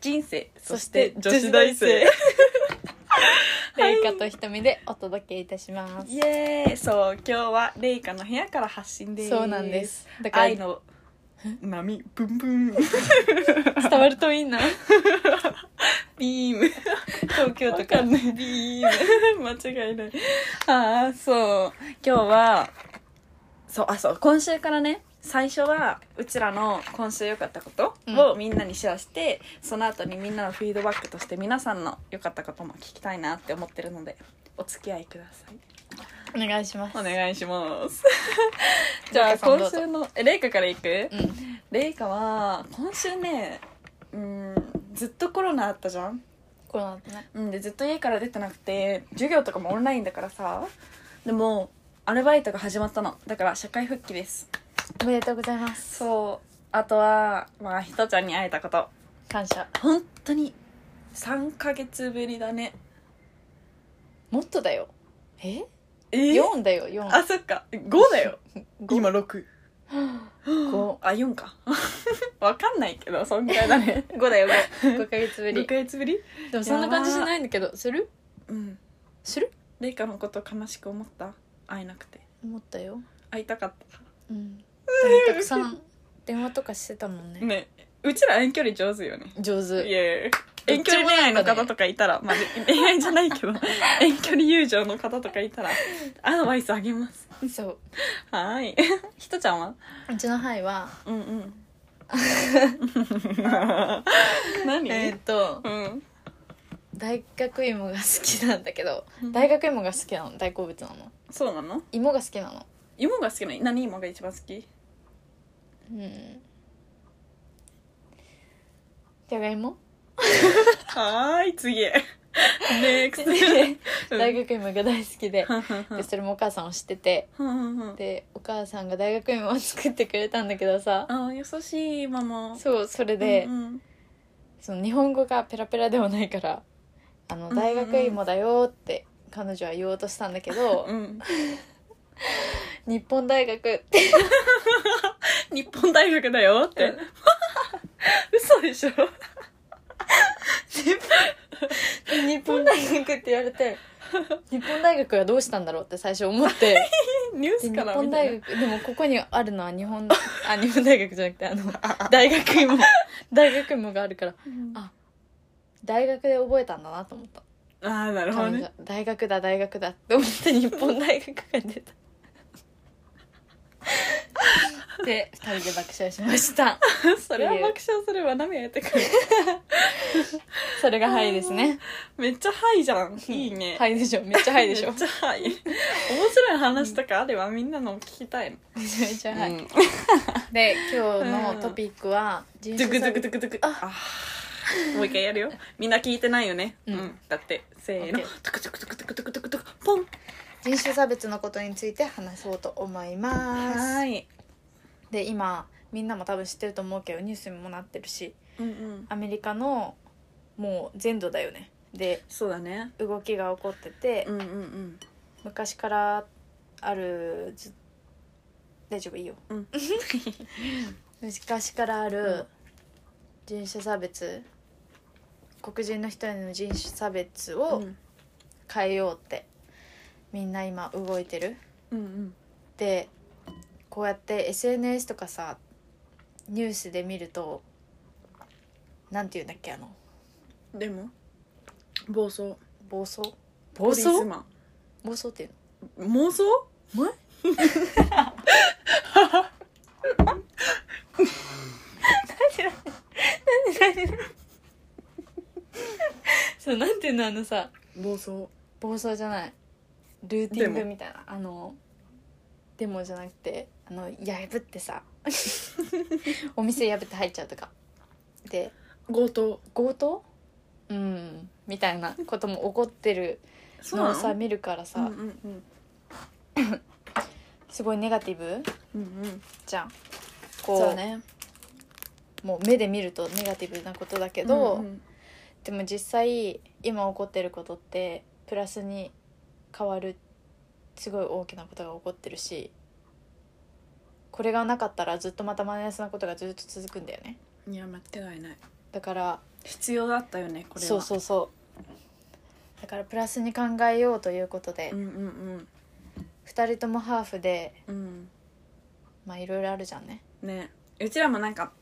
生そして女子大生 レイカとひとみでお届けいたします、 イエーイそう今日はレイカの部屋から発信で すそうなんですだから愛伝の波ブンブンわるといいなビーム 東京とわかんないビーム間違いないああそう今日はそうあそう今週からね最初はうちらの今週良かったことをみんなにシェアして、その後にみんなのフィードバックとして皆さんの良かったことも聞きたいなって思ってるのでお付き合いくださいお願いしますおい願いします じじゃゃああ今今週週のえレイカからいくうんレイカは今週ねうんずっとコロナあったじゃんこうなってねうんでずっと家から出てなくて授業とかもオンラインだからさでもアルバイトが始まったのだから社会復帰ですおめでとうございますそうあとはまあひとちゃんに会えたこと感謝本当に3ヶ月ぶりだねもっとだよええ四だよ四あそっか5だよ今6五あ4か わかんないけどそんぐらいだ ね5だよ五ヶ月 ぶ5りヶ月ぶりでもそんな感じしないんだけどするうんするレイカのこと悲しく思った会えなくて思ったよ会いたかったうんでもたくさん電話とかしてたもんねねうちら遠距離上手よね上い手えど遠っ距ち離も恋な愛んのかね方とかいたら、まあ、恋愛じゃない けど遠距離友情の方とかいたらアドバイスあげますそうはーいひとちゃんはうちの範囲はうんうん 何、えーっとうん大学芋が好きなんだけどうん大学芋が好きなの大好物なのそうなの芋が好きなの芋が好きなの何芋が一番好きうんじゃがいもはーい次へネクスト大学芋が大好きででそれもお母さんを知ってて学でお母さんが大学芋を作ってくれたんだけどさああ優しいママそうそれで、うんうんその日本語がペラペラではないから「あのうん大学芋だよ」って彼女は言おうとしたんだけど「うん日本大学」って日本大学だよって。 嘘でしょ「日本大学」って言われ て「日本大学はどうしたんだろう」って最初思ってニューでス日から本み た大いな学でもここにあるのは日本あ日本大学じゃなくてあ の大学芋大学芋があるからうんあ大学で覚えたんだなと思ったああ、なるほど彼ね女。大学だ大学だって思って日本大学が出たで2人で爆笑しました それは爆笑すれば涙出てくる。それがハイですねめっちゃハイじゃん。いいね。ハイでしょめっちゃハイでしょ めっちゃハイ。面白い話とかあればみんなのも聞きたいの。めちゃめちゃハイ、うんで今日のトピックは人ドゥ種ク差ドゥク別ドゥクドゥク。あーもう一回やるよ。みんな聞いてないよね。ううんん。だって、せーの。オッケドーゥクドゥクドゥクドゥクドゥクドゥクドゥクポン。人種差別のことについて話そうと思いますはーい。で今みんなも多分知ってると思うけどニュースにもなってるしうんうん。アメリカのもう全土だよねでそうだね。動きが起こってて、うんうんうん。昔からあるず大丈夫いいようん 昔からあうんる人種差別、黒人の人への人種差別をうん変えようって、みんな今動いてるうんうん。でこうやって SNS とかさニュースで見るとなんていうんだっけあのでも暴走暴走暴暴走マ暴走っていうのン妄想前 そうなんていうのあのさ暴走暴走じゃないルーティングみたいなあのでもじゃなくてあの破って さお店破って入っちゃうとかで強盗強盗うんみたいなことも起こってるそうのなをのさ見るからさ、うんうんうんすごいネガティブうんうんじゃんこうそうねもう目で見るとネガティブなことだけど、でも実際今起こってることってプラスに変わるすごい大きなことが起こってるしこれがなかったらずっとまたマイナスなことがずっと続くんだよねいや間違いないだから必要だったよねこれはそうそうそうだからプラスに考えようということで、うんうん二2人ともハーフでうんまあいろいろあるじゃんねうんねうちらもなんか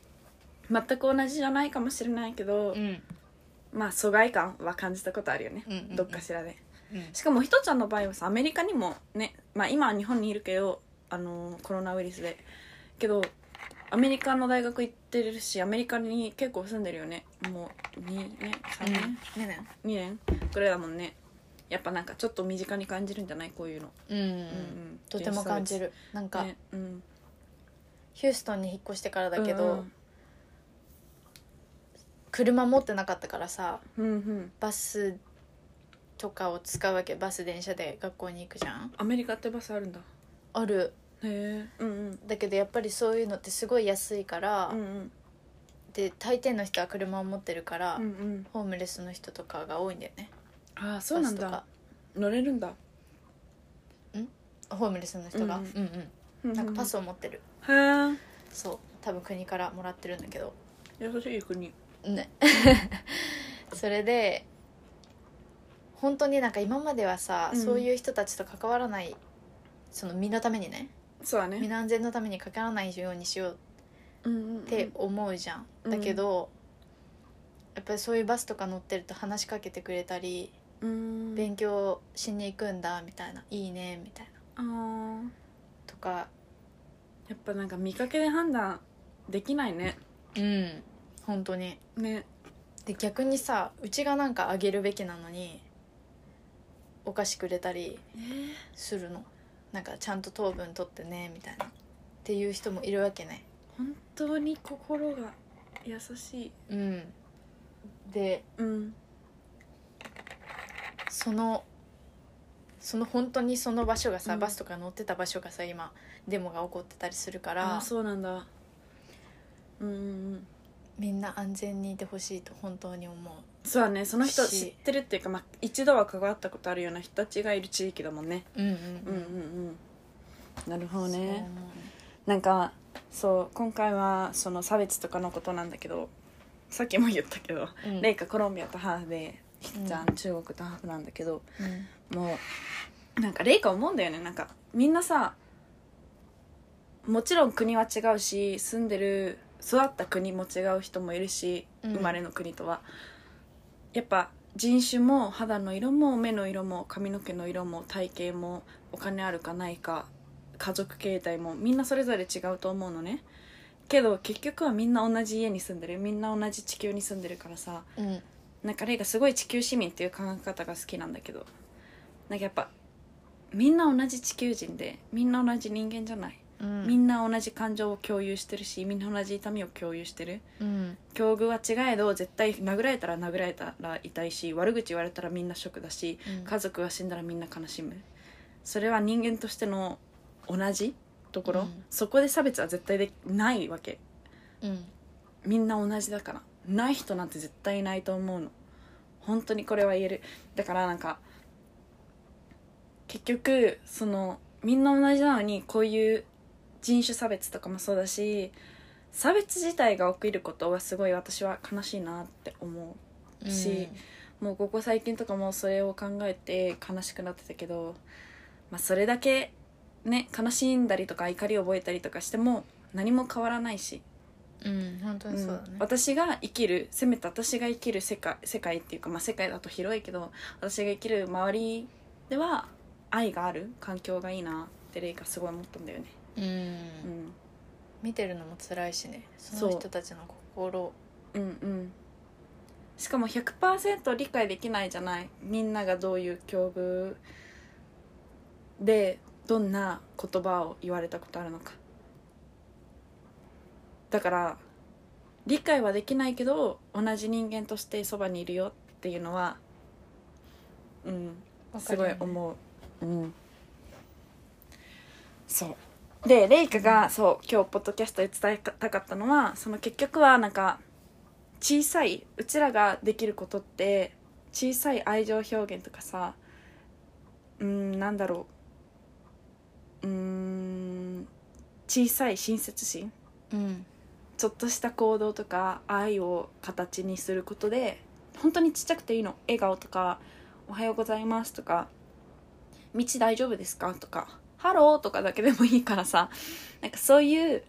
全く同じじゃないかもしれないけど、うんまあ疎外感は感じたことあるよね、うんうんうんどっかしらでうんしかもひとちゃんの場合はさアメリカにもね、まあ、今は日本にいるけどあのーコロナウイルスでけどアメリカの大学行ってるしアメリカに結構住んでるよねもう2年3ね年、ね2年ぐらいだもんねやっぱなんかちょっと身近に感じるんじゃないこういうの、うん、うんとても感じるなんか、ねうん、ヒューストンに引っ越してからだけど、うん車持ってなかったからさうんうんバスとかを使うわけバス電車で学校に行くじゃんアメリカってバスあるんだあるへえうんうんだけどやっぱりそういうのってすごい安いから、うんうんで大抵の人は車を持ってるから、うんうんホームレスの人とかが多いんだよねああそうなんバだス乗れるんだとかホームレスの人が、ううんん、うんうんなんかパスを持ってるへえそう多分国からもらってるんだけど優しい国ね それで本当になんか今まではさ、うんそういう人たちと関わらないその身のためにねそうだね身の安全のために関わらないようにしよううんっって思うじゃん、うんだけどやっぱりそういうバスとか乗ってると話しかけてくれたり「勉勉強しに行くんだ」みたいな「いいね」みたいなあーとかやっぱなんか見かけで判断できないねうん本当にねで逆にさうちがなんかあげるべきなのにお菓子くれたりするのなんかちゃんと糖分取ってねみたいなっていう人もいるわけね本当に心が優しいうんでうんそのその本当にその場所がさ、うんバスとか乗ってた場所がさ今デモが起こってたりするかあらーそうなんだうんうんうんみんな安全にいてほしいと本当に思そうだねその人知しってるっていうか、まあ、一度は関わったことあるような人たちがいる地域だもんねううんうんうんうんうんなるほどねそう思なんかそう今回はその差別とかのことなんだけどさっきも言ったけどううんレイカコロンビアとハーフでひっちゃん、う中国とハーフなんだけどうんもうなんかレイカ思うんだよねなんかみんなさもちろん国は違うし住んでる育った国も違う人もいるし、うん生まれの国とはやっぱ人種も肌の色も目の色も髪の毛の色も体型もお金あるかないか家族形態もみんなそれぞれ違うと思うのねけど結局はみんな同じ家に住んでるみんな同じ地球に住んでるからさ、うんなんかレイがすごい地球市民っていう考え方が好きなんだけどなんかやっぱみんな同じ地球人でみんな同じ人間じゃない、うんみんな同じ感情を共有してるしみんな同じ痛みを共有してるうん境遇は違えど絶対殴られたら殴られたら痛いし悪口言われたらみんなショックだしうん家族が死んだらみんな悲しむそれは人間としての同じところ、うんそこで差別は絶対できないわけうんみんな同じだからない人なんて絶対いないと思うの本当にこれは言えるだからなんか結局そのみんな同じなのにこういう人種差別とかもそうだし差別自体が起きることはすごい私は悲しいなって思うんしうもうここ最近とかもそれを考えて悲しくなってたけど、まあ、それだけね悲しんだりとか怒りを覚えたりとかしても何も変わらないしうん本当にそうだうんね私が生きるせめて私が生きる世界世界っていうか、まあ、世界だと広いけど私が生きる周りでは愛がある環境がいいなってレイがすごい思ったんだよね、うん、うん、見てるのも辛いしねそのそう人たちの心うんうんしかも100%理解できないじゃないみんながどういう境遇でどんな言葉を言われたことあるのかだから理解はできないけど同じ人間としてそばにいるよっていうのはうんわかするごよいね思う、うんそうでレイカがそう今日ポッドキャストで伝えたかったのはその結局はなんか小さいうちらができることって小さい愛情表現とかさうんなんだろううーん小さい親切心うんちょっとした行動とか愛を形にすることで本当にちっちゃくていいの笑顔とか「おはようございます」とか「道大丈夫ですか?」とか「ハロー」とかだけでもいいからさなんかそういう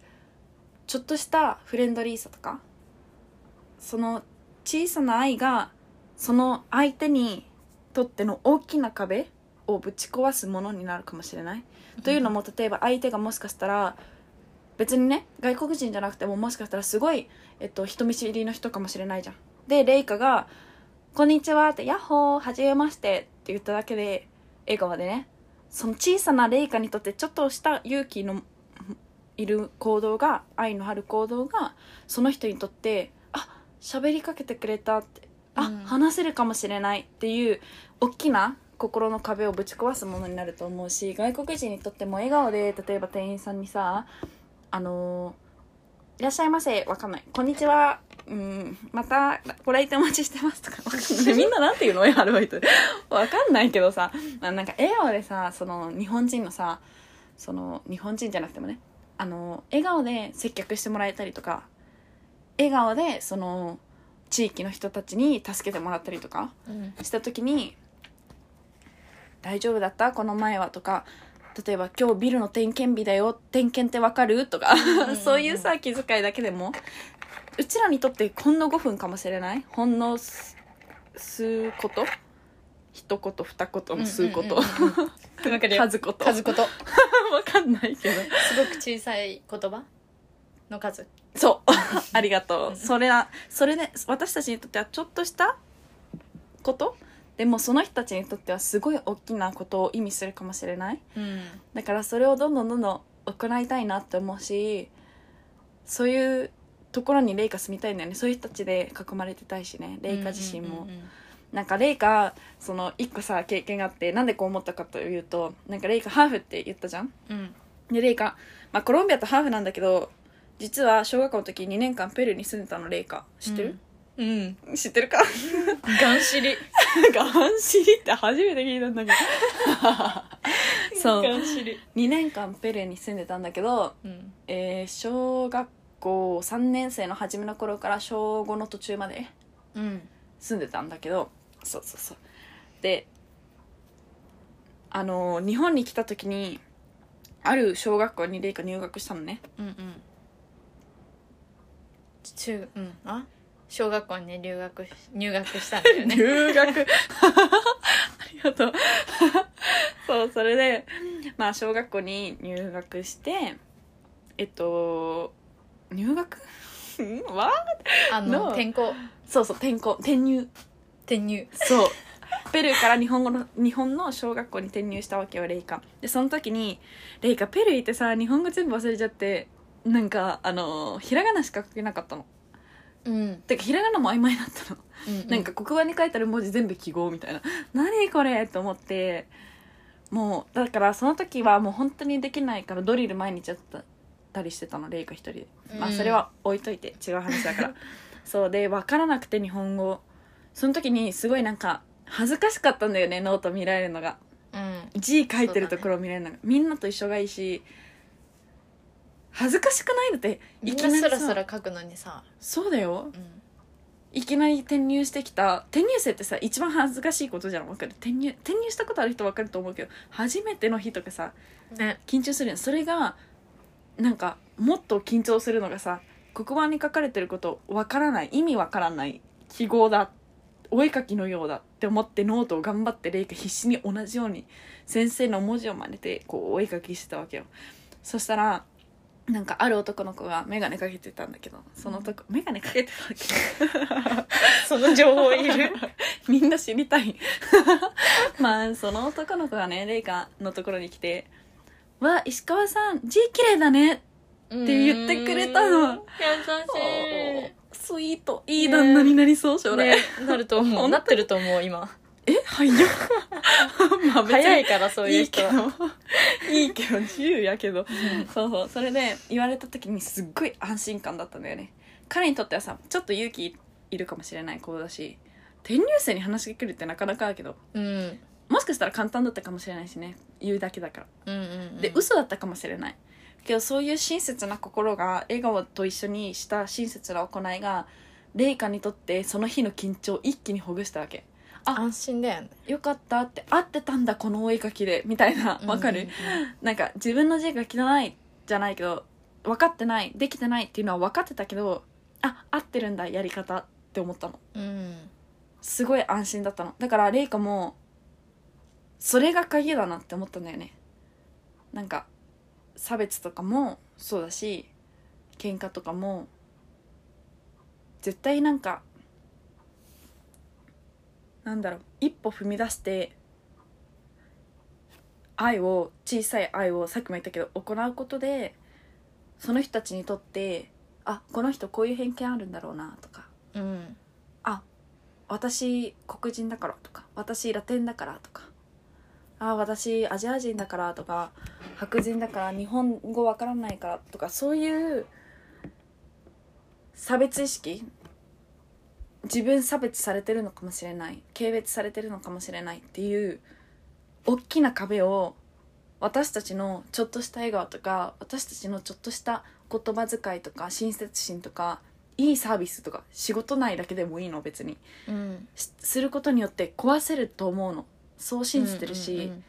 ちょっとしたフレンドリーさとかその小さな愛がその相手にとっての大きな壁をぶち壊すものになるかもしれない。というのも例えば相手がもしかしたら別にね外国人じゃなくてももしかしたらすごい、えっと、人見知りの人かもしれないじゃん。でレイカが「こんにちは」って「ヤッホーはじめまして」って言っただけで笑顔でねその小さなレイカにとってちょっとした勇気のいる行動が愛のある行動がその人にとって「あ喋りかけてくれた」って「あ、うん話せるかもしれない」っていう大きな心の壁をぶち壊すものになると思うし外国人にとっても笑顔で例えば店員さんにさあのーいらっしゃいませ、わかんない。こんにちは、うん、またご来店お待ちしてますとか、わかんない。みんななんて言うのアルバイトで。わかんないけどさ、まあ なんか笑顔でさ、その日本人のさ、その日本人じゃなくてもね、あのー笑顔で接客してもらえたりとか、笑顔でその地域の人たちに助けてもらったりとか、うんした時に「大丈夫だったこの前は」とか例えば「今日ビルの点検日だよ点検ってわかる?」とかうんうんそういうさ気遣いだけでもうちらにとってほんの5分かもしれないほんのす数こと一言二言の数こと、うんうんうん うんわかるよ数こ と数ことわかんないけどすごく小さい言葉の数そう ありがとうそれはそれで私たちにとってはちょっとしたことでもその人たちにとってはすごい大きなことを意味するかもしれないうんだからそれをどんどんどんどん行いたいなって思うしそういうところにレイカ住みたいんだよねそういう人たちで囲まれてたいしねレイカ自身も、うんうんうんうんなんかレイカその一個さ経験があってなんでこう思ったかというとなんかレイカハーフって言ったじゃんうんでレイカ、まあ、コロンビアとハーフなんだけど実は小学校の時2年間ペルーに住んでたのレイカ知ってる、うん知ってるか がんしりなんか安心って初めて聞いたんだけどそうがんしり2年間ペルーに住んでたんだけどうんえー小学校3年生の初めの頃から小5の途中までうん住んでたんだけどそうそうそうであのー日本に来た時にある小学校にレイカ入学したのねうんうん中うんあ小学校に留学し入学したんだよね入学 ありがとう そうそれでまあ小学校に入学してえっと入学 んわあのの転校そうそう転校転入転入そうペルーから日本語の日本の小学校に転入したわけよレイカでその時にレイカペルー行ってさ日本語全部忘れちゃってなんかあのひらがなしか書けなかったのうんてかひらがなも曖昧だったの、なんか黒板に書いてある文字全部記号みたいな 何これと思ってもうだからその時はもう本当にできないからドリル毎日やったたりしてたのレイカ一人でまあそれは置いといて違う話だ からそうで分からなくて日本語その時にすごいなんか恥ずかしかったんだよねノート見られるのがうん字書いてるところを見られるのが、みんなと一緒がいいし恥ずかしくないのってみいんきななりそさらそら書くのにさそうだようんいきなり転入してきた転入生ってさ一番恥ずかしいことじゃんわかる転入転入したことある人わかると思うけど初めての日とかさね緊張するやんそれがなんかもっと緊張するのがさ黒板に書かれてることわからない意味わからない記号だお絵描きのようだって思ってノートを頑張ってレイカ必死に同じように先生の文字を真似てこうお絵描きしてたわけよそしたらなんかある男の子が眼鏡かけてたんだけどそのとこ眼鏡かけてたわけその情報いる みんな知りたい まあその男の子がねレイカのところに来て「わ石川さん字綺麗だね」って言ってくれたの優しいスイートいい旦那になりそう将来、ね、なる と思うなってると思う今え早っ まあ別に早いからそういいういけ人どはいいけど自由やけどそうそうそれで言われた時にすっごい安心感だったんだよね彼にとってはさちょっと勇気いるかもしれない子だし転入生に話しかけるってなかなかだけどうんうんもしかしたら簡単だったかもしれないしね言うだけだからうんうんで嘘だったかもしれないけどそういう親切な心が笑顔と一緒にした親切な行いがレイカにとってその日の緊張を一気にほぐしたわけあ安心だよねよかったって合ってたんだこのお絵描きでみたいなわかる、なんか自分の字が汚いじゃないけど分かってないできてないっていうのは分かってたけどあ合ってるんだやり方って思ったのうんうんすごい安心だったのだからレイカもそれが鍵だなって思ったんだよねなんか差別とかもそうだし喧嘩とかも絶対なんかなんだろう一歩踏み出して愛を小さい愛をさっきも言ったけど行うことでその人たちにとってあこの人こういう偏見あるんだろうなとかうんうん私黒人だからとか私ラテンだからとかあー私アジア人だからとか白人だから日本語わからないからとかそういう差別意識自分差別されてるのかもしれない軽蔑されてるのかもしれないっていう大きな壁を私たちのちょっとした笑顔とか私たちのちょっとした言葉遣いとか親切心とかいいサービスとか仕事内だけでもいいの別にうんしすることによって壊せると思うのそう信じてるし、うん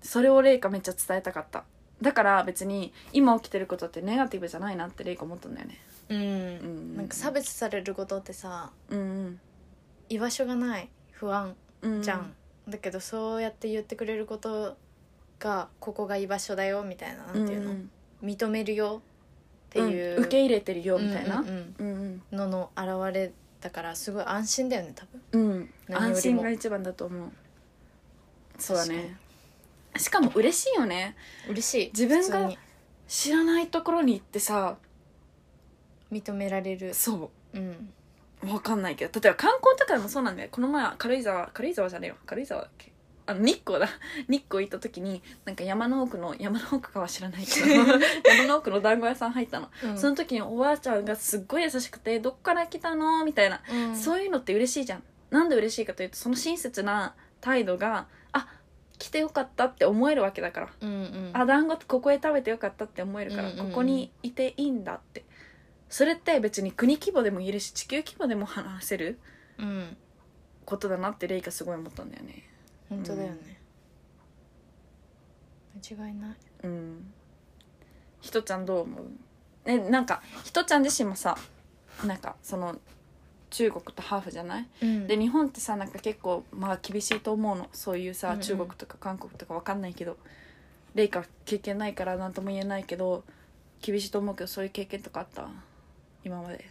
それをレイカめっちゃ伝えたかっただから別に今起きてることってネガティブじゃないなってレイカ思ったんだよねうんうんううんんなんか差別されることってさうんうん居場所がない不安うじゃん、だけどそうやって言ってくれることがここが居場所だよみたいななんていうの、ん認めるよっていう、ん受け入れてるよみたいなうんうんうんうん、うんのの表れだからすごい安心だよね多分うん何よりも安心が一番だと思うそうだ確ねしかも嬉しいよね嬉しい自分が普通に知らないところに行ってさ認められるそううんわかんないけど例えば観光とかでもそうなんだよこの前軽井沢軽井沢じゃねえよ軽井沢だっけあの日光だ 日光行った時になんか山の奥の山の奥かは知らな いけど山の奥の団子屋さん入ったの、うんその時におばあちゃんがすっごい優しくて「どっから来たの?」みたいな、うんそういうのって嬉しいじゃんなんで嬉しいかというとその親切な態度があ来てよかったって思えるわけだからうんうんあ団子ってここで食べてよかったって思えるから、うんうんうんここにいていいんだってそれって別に国規模でも言えるし地球規模でも話せるうんことだなってレイカすごい思ったんだよね本当だよね、間違いないうんひとちゃんどう思うねなんかひとちゃん自身もさなんかその中国とハーフじゃない、うんで日本ってさなんか結構まあ厳しいと思うのそういううさんうん中国とか韓国とかわかんないけど、レイカ経験ないから何とも言えないけど厳しいと思うけどそういう経験とかあった今まで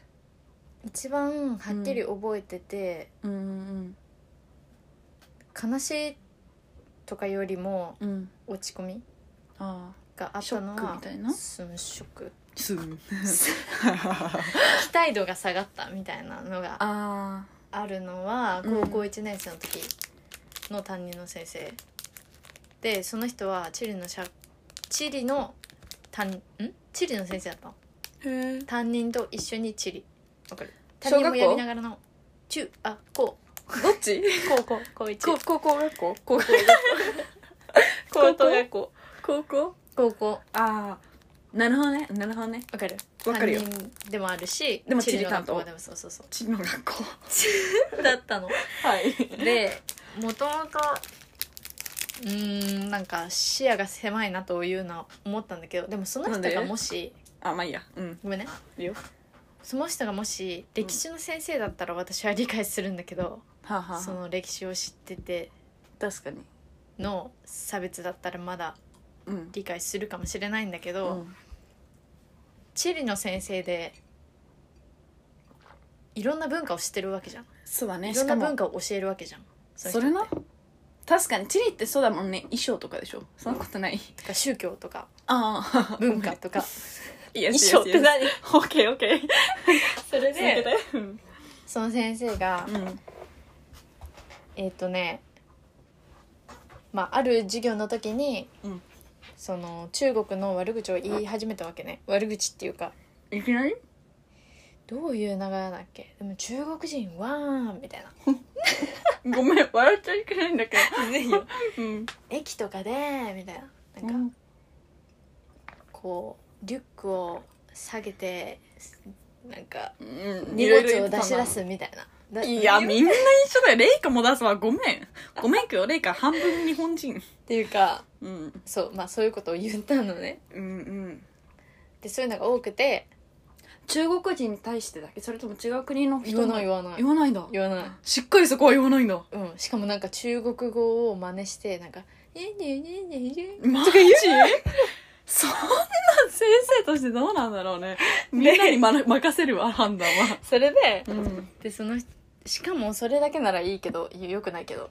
一番はっきり覚えてて、うんうん悲しいとかよりもうんうん落ち込みあがああっショたのッはクみたいなうんショックす ぐ期待度が下がったみたいなのがああるのはうん高校1年生の時の担任の先生、でその人は地理のしゃ地理の担ん地理の先生だったのーへえ担任と一緒に地理わかる小担学任も校やりながらの中あ高どっち高校高一高高校学校高校高等学校高校高校ああなるほどねなるほどねわかるわかるよ担任でもあるしでも地理担当の学校でもそうそうそちの学校うだったのはいでもともとうーんなんか視野が狭いなというのは思ったんだけどでもそのなん人でがもしあまあいいやうんごめんねいいよその人がもし歴史の先生だったら私は理解するんだけど、はあ、はあ、その歴史を知ってて確かにの差別だったらまだうん理解するかもしれないんだけうど、ん地理の先生でいろんな文化を知ってるわけじゃんそうだねいろしんなか文も化を教えるわけじゃんその人れな確かに地理ってそうだもんね衣装とかでしょそんなことないとか宗教と かああ 文化とか衣衣装って 何オッケーオッケーそれ続けでてうんその先生が、うんえっ、とねまあある授業の時に、うんその中国の悪口を言い始めたわけね悪口っていうかいきなりどういう流れだっけでも中国人わーんみたいなごめん笑っちゃいけないんだけどうん駅とかでみたいななんか、こうリュックを下げてなんかうん荷いろいろ物言をって出たし出なすみたいなだいや、っみんな一緒だよ。レイカも出すわ。ごめん。ごめんくよ。レイカ半分日本人。ていうかうん。そうまあそういうことを言ったのねうんうん。でそういうのが多くて中国人に対してだけそれとも違う国の言わない言わわない言わないんだ。言わないしっかりそこは言わないんだ。うん、しかもなんか中国語を真似してなんか「えねえねえねえねえマジそんな先生としてどうなんだろうね。みんなにまな任せるわ、判断は。それでうん。でそのしかもそれだけならいいけどいやよくないけど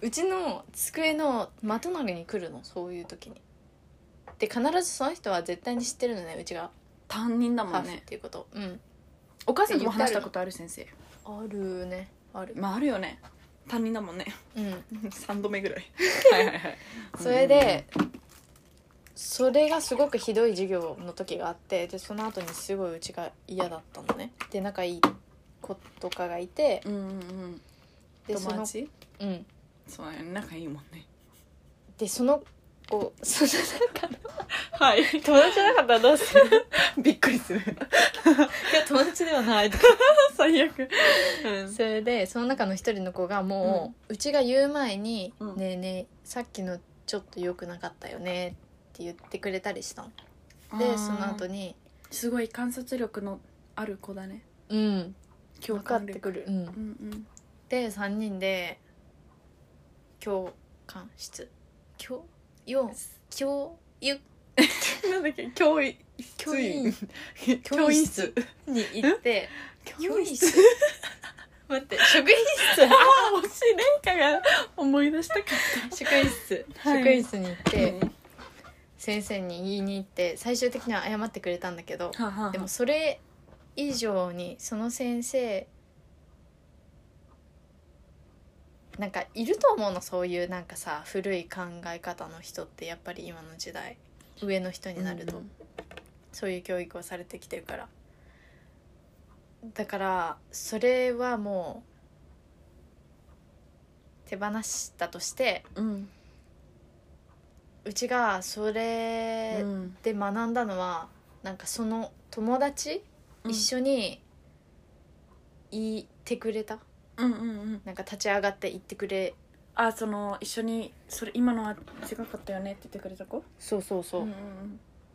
うちの机の的投げに来るのそういう時にで必ずその人は絶対に知ってるのねうちが担任だもハーんフっね。ていうことうんお母さんとも話したことある先生。あるねあるまあ、あるよね。担任だもんね。 うん3度目ぐらい。はいはいはい。それでそれがすごくひどい授業の時があってでその後にすごいうちが嫌だったのねで仲いい子とかがいてうん、うんうん。でそ友の達うんそうだよね。仲いいもんね。でその子 そのなんかはい。友達じゃなかったらどうする びっくりする。いや友達ではない 最悪。 それでその中の一人の子がもう、うちが言う前にうんねえねえさっきのちょっと良くなかったよね」って言ってくれたりしたのでその後に。にすごい観察力のある子だね。 「うん共分かっ感て力。くる」うんうんうん。で3人で共感室共よ共有なんだっけ教員教員 教員室に行って教員室室待って職員あ あ惜しいレイカが思い出したかっ室職員室、はい職員室に行ったて、先生に言いに行って最終的には謝ってくれたんだけどははでもそれ以上にその先生なんかいると思うのそういうなんかさ古い考え方の人ってやっぱり今の時代上の人になると、そういう教育をされてきてるからだからそれはもう手放したとしてうんうちがそれうんで学んだのはなんかその友達一緒に言ってくれたうんうんうんなんか立ち上がって言ってくれあその一緒にそれ今のは違かったよねって言ってくれた子そうそうそうんうん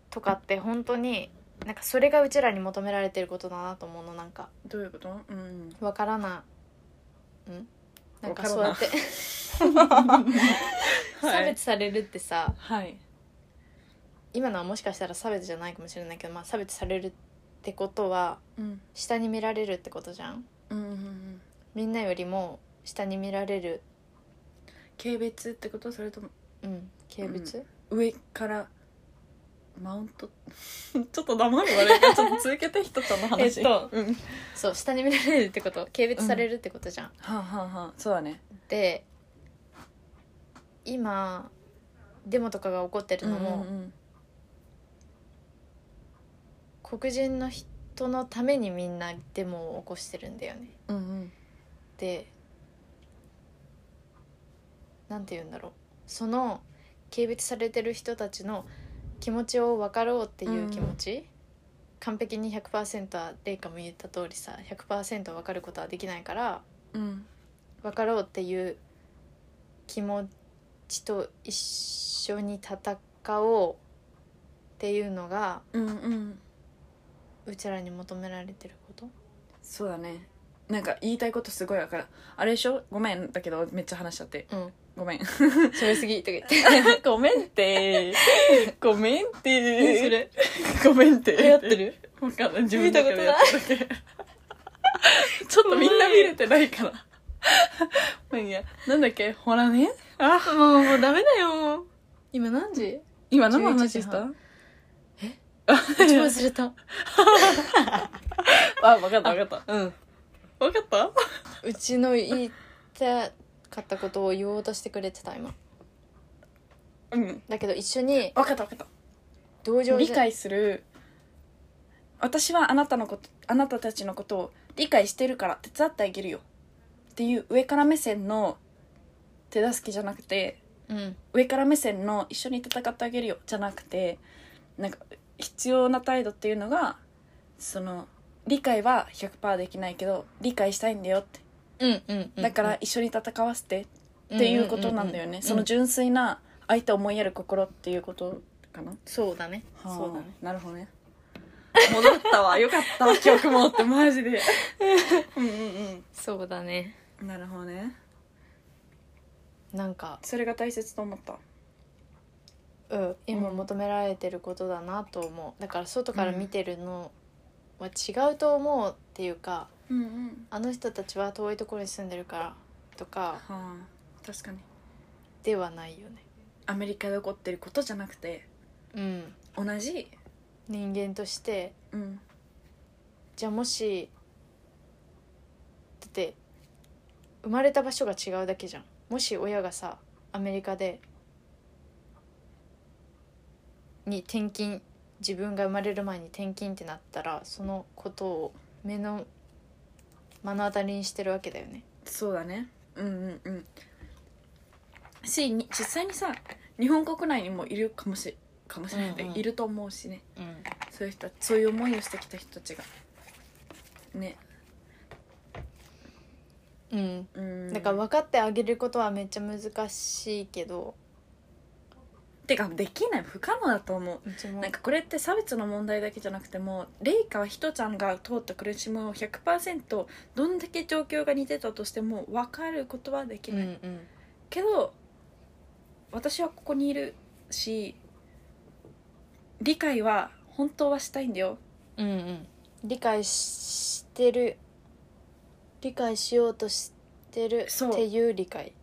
とかって本当になんかそれがうちらに求められてることだなと思うのなんかどういうことうんわからないんなんかわかそらうなやいって 差別されるってさはい今のはもしかしたら差別じゃないかもしれないけど、まあ、差別されるってことはうん下に見られるってことじゃんうんうんうんみんなよりも下に見られる、軽蔑ってことそれともうん、軽蔑、上からマウント ちょっと黙る わレイカちょっと続けて人との話えっとうんはそう下に見られるってこと軽蔑されるってことじゃん、あはあはあそうだねで今デモとかが起こってるのも、うんうん黒人の人のためにみんなデモを起こしてるんだよねうんうんでなんて言うんだろうその軽蔑されてる人たちの気持ちを分かろうっていう気持ち、完璧に100%はレイカも言った通りさ100%分かることはできないからうん分かろうっていう気持ちと一緒に戦おうっていうのがうんうんうちらに求められてることそうだねなんか言いたいことすごいわかるあれでしょごめんだけどめっちゃ話しちゃってうんごめんそれすぎとか言ってごめんってごめんっえそてれごめんって流行ってるわかんない自見分たこだとなけでいやっただけちょっとみんな見れてないからまあいいやなんだっけほらねあもうもうダメだよ今何時今何の話した一番忘れたあ分かった分かったうん分かったうちの言いたかったことを言おうとしてくれてた今うんだけど一緒に分かった分かった同情理じゃ解する私はあなたのことあなたたちのことを理解してるから手伝ってあげるよっていう上から目線の手助けじゃなくてうん上から目線の一緒に戦ってあげるよじゃなくてなんか必要な態度っていうのがその理解は100%できないけど理解したいんだよってうんうんうんだから一緒に戦わせてっていうことなんだよね、そのじ純粋な相手を思いやる心っていうことかな、そうだねはあそうだねなるほど ね戻ったわよかった記憶もってマジ でうんうんそうだねうんなるほどねなんかそれが大切と思ったうん今うん求められてることだなと思うだから外から見てるのは違うと思うっていうかうんうんあの人たちは遠いところに住んでるからとかはあ確かにではないよねアメリカで起こってることじゃなくてうん同じ人間としてうんじゃあもしだって生まれた場所が違うだけじゃんもし親がさアメリカでに転勤自分が生まれる前に転勤ってなったらそのことを目の目の当たりにしてるわけだよねそうだねうんうんうんしに実際にさ日本国内にもいるかもしかもしれない、うんうんいると思うしねうんそういう人たちそういう思いをしてきた人たちがねうんうんだから分かってあげることはめっちゃ難しいけどてかできない不可能だと思うちうもなんかこれって差別の問題だけじゃなくてもレイカはひとちゃんが通った苦しみを100%どんだけ状況が似てたとしても分かることはできうんなうい、んけど私はここにいるし理解は本当はしたいんだようんうん、理解ししてる理解しようとしてるそうっていう理解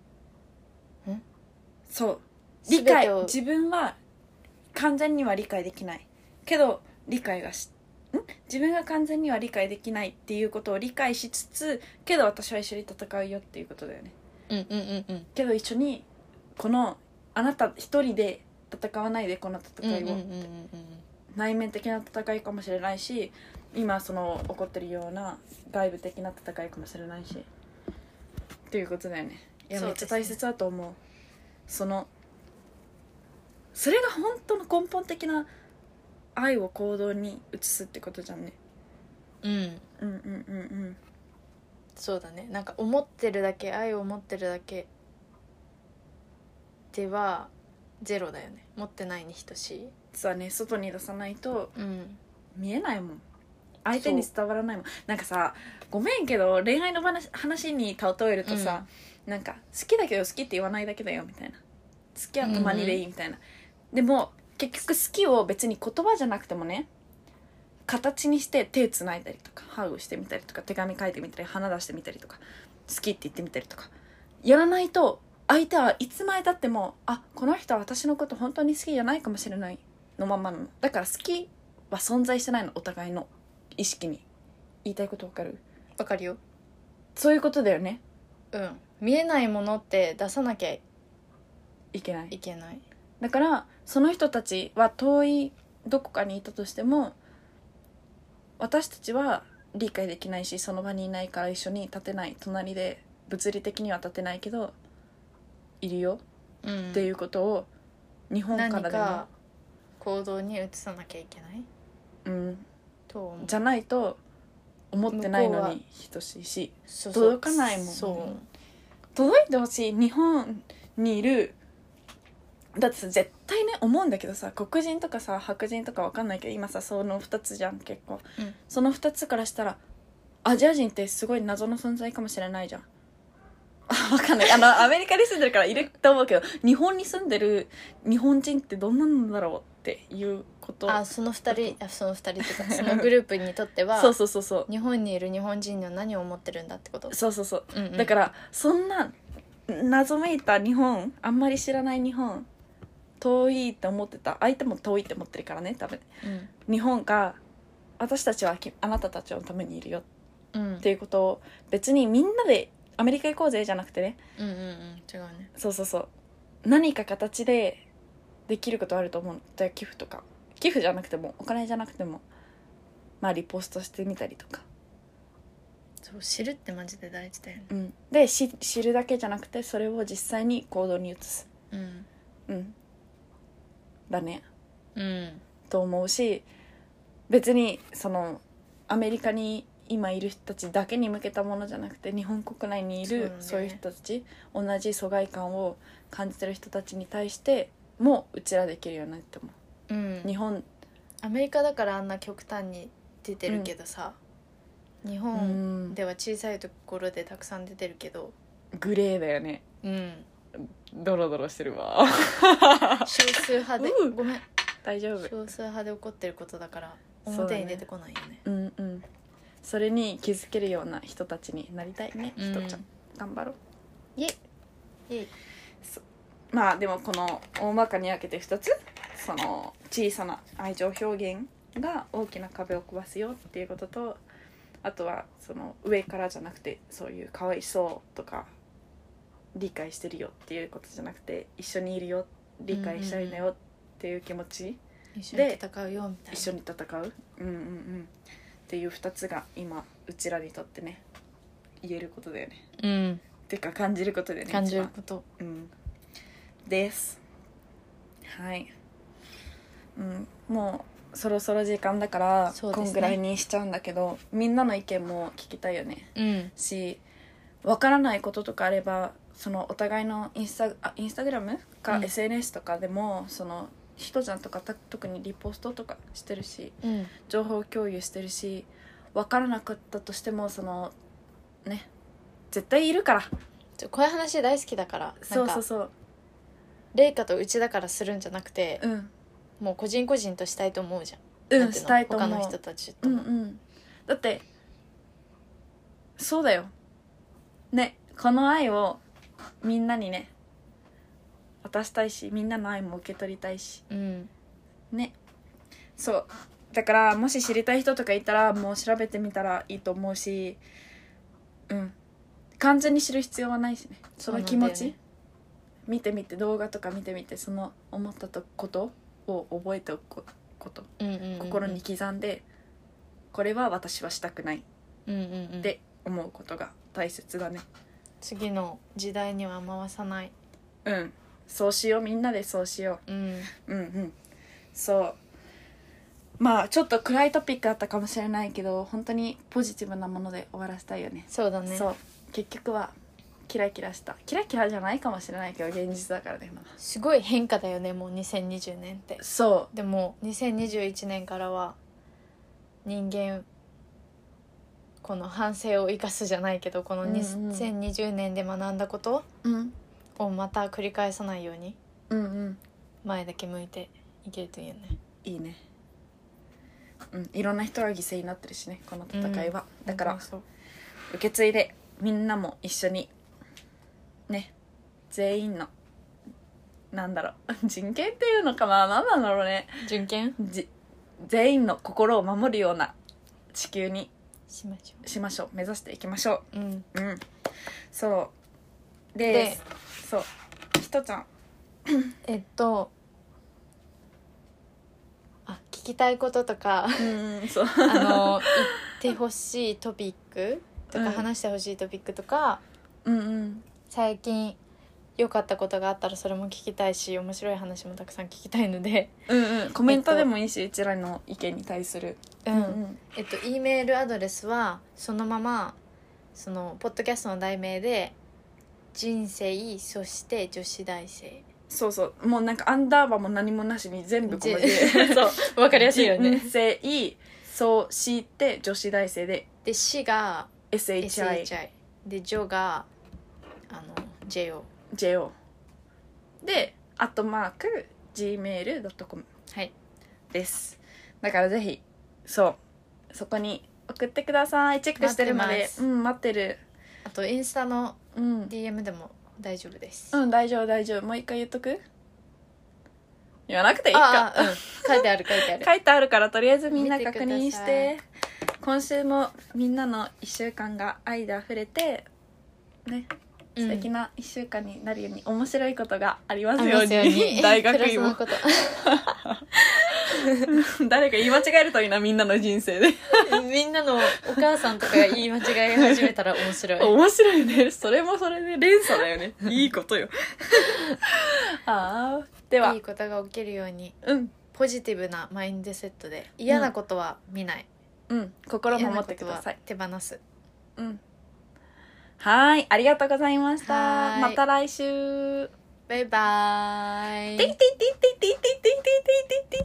そう理全解てを自分は完全には理解できないけど理解がしん自分が完全には理解できないっていうことを理解しつつけど私は一緒に戦うよっていうことだよねうんうんうんうんけど一緒にこのあなた一人で戦わないでこの戦いを、うんうんうんうんうん内面的な戦いかもしれないし今その起こってるような外部的な戦いかもしれないしっていうことだよねいや、そうめっでちすゃね大切だと思うそのそれが本当の根本的な愛を行動に移すってことじゃんねうんうんうんうんうんそうだねなんか思ってるだけ愛を持ってるだけではゼロだよね持ってないに等しい実はね外に出さないとうん見えないもん相手に伝わらないもんなんかさごめんけど恋愛の話話に例えるとさ、なんか好きだけど好きって言わないだけだよみたいな付き合うたまにでいいみたいな、でも結局好きを別に言葉じゃなくてもね形にして手つないだりとかハグしてみたりとか手紙書いてみたり花出してみたりとか好きって言ってみたりとかやらないと相手はいつまでたってもあこの人は私のこと本当に好きじゃないかもしれないのままなのだから好きは存在してないのお互いの意識に言いたいことわかるわかるよそういうことだよねうん見えないものって出さなきゃいけないいけないだからその人たちは遠いどこかにいたとしても私たちは理解できないしその場にいないから一緒に立てない隣で物理的には立てないけどいるようんっていうことを日本から何でもか、行動に移さなきゃいけないうん、と思うじゃないと思ってない向こうのはに等しいしそうそう届かないもんねそう届いてほしい日本にいるだってさ絶対ね思うんだけどさ黒人とかさ白人とかわかんないけど今さその2つじゃん結構、うんその2つからしたらアジア人ってすごい謎の存在かもしれないじゃん あわかんないあのアメリカに住んでるからいると思うけど日本に住んでる日本人ってどんなんだろうっていうことあその二人あその二人っていう かそのグループにとってはそうそうそうそう日本にいる日本人には何を思ってるんだってこと、そうそうそううんうんだからそんな謎めいた日本あんまり知らない日本遠いって思ってた相手も遠いって思ってるからね多分うん日本が私たちはきあなたたちのためにいるようんっていうことを別にみんなでアメリカ行こうぜじゃなくてねうんうんうん違うねそうそうそう何か形でできることあると思うの例えば寄付とか寄付じゃなくてもお金じゃなくてもまあリポストしてみたりとかそう知るってマジで大事だよねうんでし知るだけじゃなくてそれを実際に行動に移すうんうんだねうんっと思うし別にそのアメリカに今いる人たちだけに向けたものじゃなくて日本国内にいそうなんるだよねそういう人たち、同じ疎外感を感じてる人たちに対してもうちらできるよなって思うんう日本アメリカだからあんな極端に出てるけどさ、日本んでは小さいところでたくさん出てるけど、グレーだよねうん、ドロドロしてるわ少数派で、うんごめん大丈夫少数派で起こってることだからそうだね表に出てこないよねうんうんそれに気づけるような人たちになりたいね、うんひとちゃん頑張ろうイエイイエイまあでもこの大まかに分けて2つその小さな愛情表現が大きな壁を壊すよっていうこととあとはその上からじゃなくてそういうかわいそうとか理解してるよっていうことじゃなくて一緒にいるよ理解したいんだよっていう気持ち、一緒に戦うよみたいな一緒に戦ううんうんうんっていう2つが今うちらにとってね言えることだよねうんてか感じることだよね感じ一る番ことうん、ですはい、うん、もうそろそろ時間だから、そうですこねんぐらいにしちゃうんだけどみんなの意見も聞きたいよねうんしわからないこととかあればそのお互いのインスタあインスタグラムか、うん SNS とかでもそのひとちゃんとかた特にリポストとかしてるしうん情報共有してるし分からなかったとしてもそのね絶対いるからちょこういう話大好きだからなそんうそかうそう麗華とうちだからするんじゃなくてうんもう個人個人としたいと思うじゃんうなんんていうのしたいと思う他の人たちうとんもうんだってそうだよねこの愛をみんなにね渡したいしみんなの愛も受け取りたいしうんねそうだからもし知りたい人とかいたらもう調べてみたらいいと思うしうん完全に知る必要はないしねその気持ち、そうなんだよね見てみて動画とか見てみてその思ったとことを覚えておくことうんうんうんうん心に刻んで、これは私はしたくないうんうんうんって思うことが大切だね次の時代には回さないうんそうしようみんなでそうしよううんうんうんそうまあちょっと暗いトピックあったかもしれないけど本当にポジティブなもので終わらせたいよねそうだねそう結局はキラキラしたキラキラじゃないかもしれないけど現実だからね今すごい変化だよねもう2020年ってそでも2021年からは人間この反省を生かすじゃないけどこのうんうん2020年で学んだことう、うん、をまた繰り返さないようにうん前だけ向いていけるといいよねいいねうんいろんな人が犠牲になってるしねこの戦いは、だから本当に受け継いでみんなも一緒にね全員のなんだろう 人権っていうのかな何なんだろうねそう準権じ全員の心を守るような地球にしましょしましょう目指していきましょううんううんそうでそうひとちゃんえっとあ聞きたいこととかうんそうあ の言ってほしいトピックとうんか話してほしいトピックとか、うんうん最近良かったことがあったらそれも聞きたいし面白い話もたくさん聞きたいので、うんうんコメントでもいいし、うちらの意見に対するう うんえっと E メールアドレスはそのままそのポッドキャストの題名で「人生そして女子大 生そうそうもうなんかアンダーバーも何もなしに全部ここでじ そう」わかりやすいよね。人生そうして女子大生で で「し」が SHIJO SHI で「女」があの JO でアットマーク gmail.com はいですだからぜひそうそこに送ってくださいチェックしてるの待ってでますうん待ってるあとインスタのうん DM でも大丈夫です。うん大丈夫大丈夫もう一回言っとく言わなくていいあかあ、うん、書いてある書いてあ る。書いてあるからとりあえずみんな見てく確ださい認して今週もみんなの1週間が愛であふれてねうん素敵な1週間になるように、面白いことがありまあすりよまうすによう に大学プラス院 のもこと。誰か言い間違えるといいなみんなの人生で みんなのお母さんとかが言い間違え始めたら面白 い。面白いねそれもそれで連鎖だよね いいことよああではいいことが起きるようにうんポポジティブなマインドセットで嫌なことは見ない、うん、心嫌も持なっこてとくはださい。手放すうん。はーい、ありがとうございました。はーいまた来週。バイバーイていていていていていていていていていていていて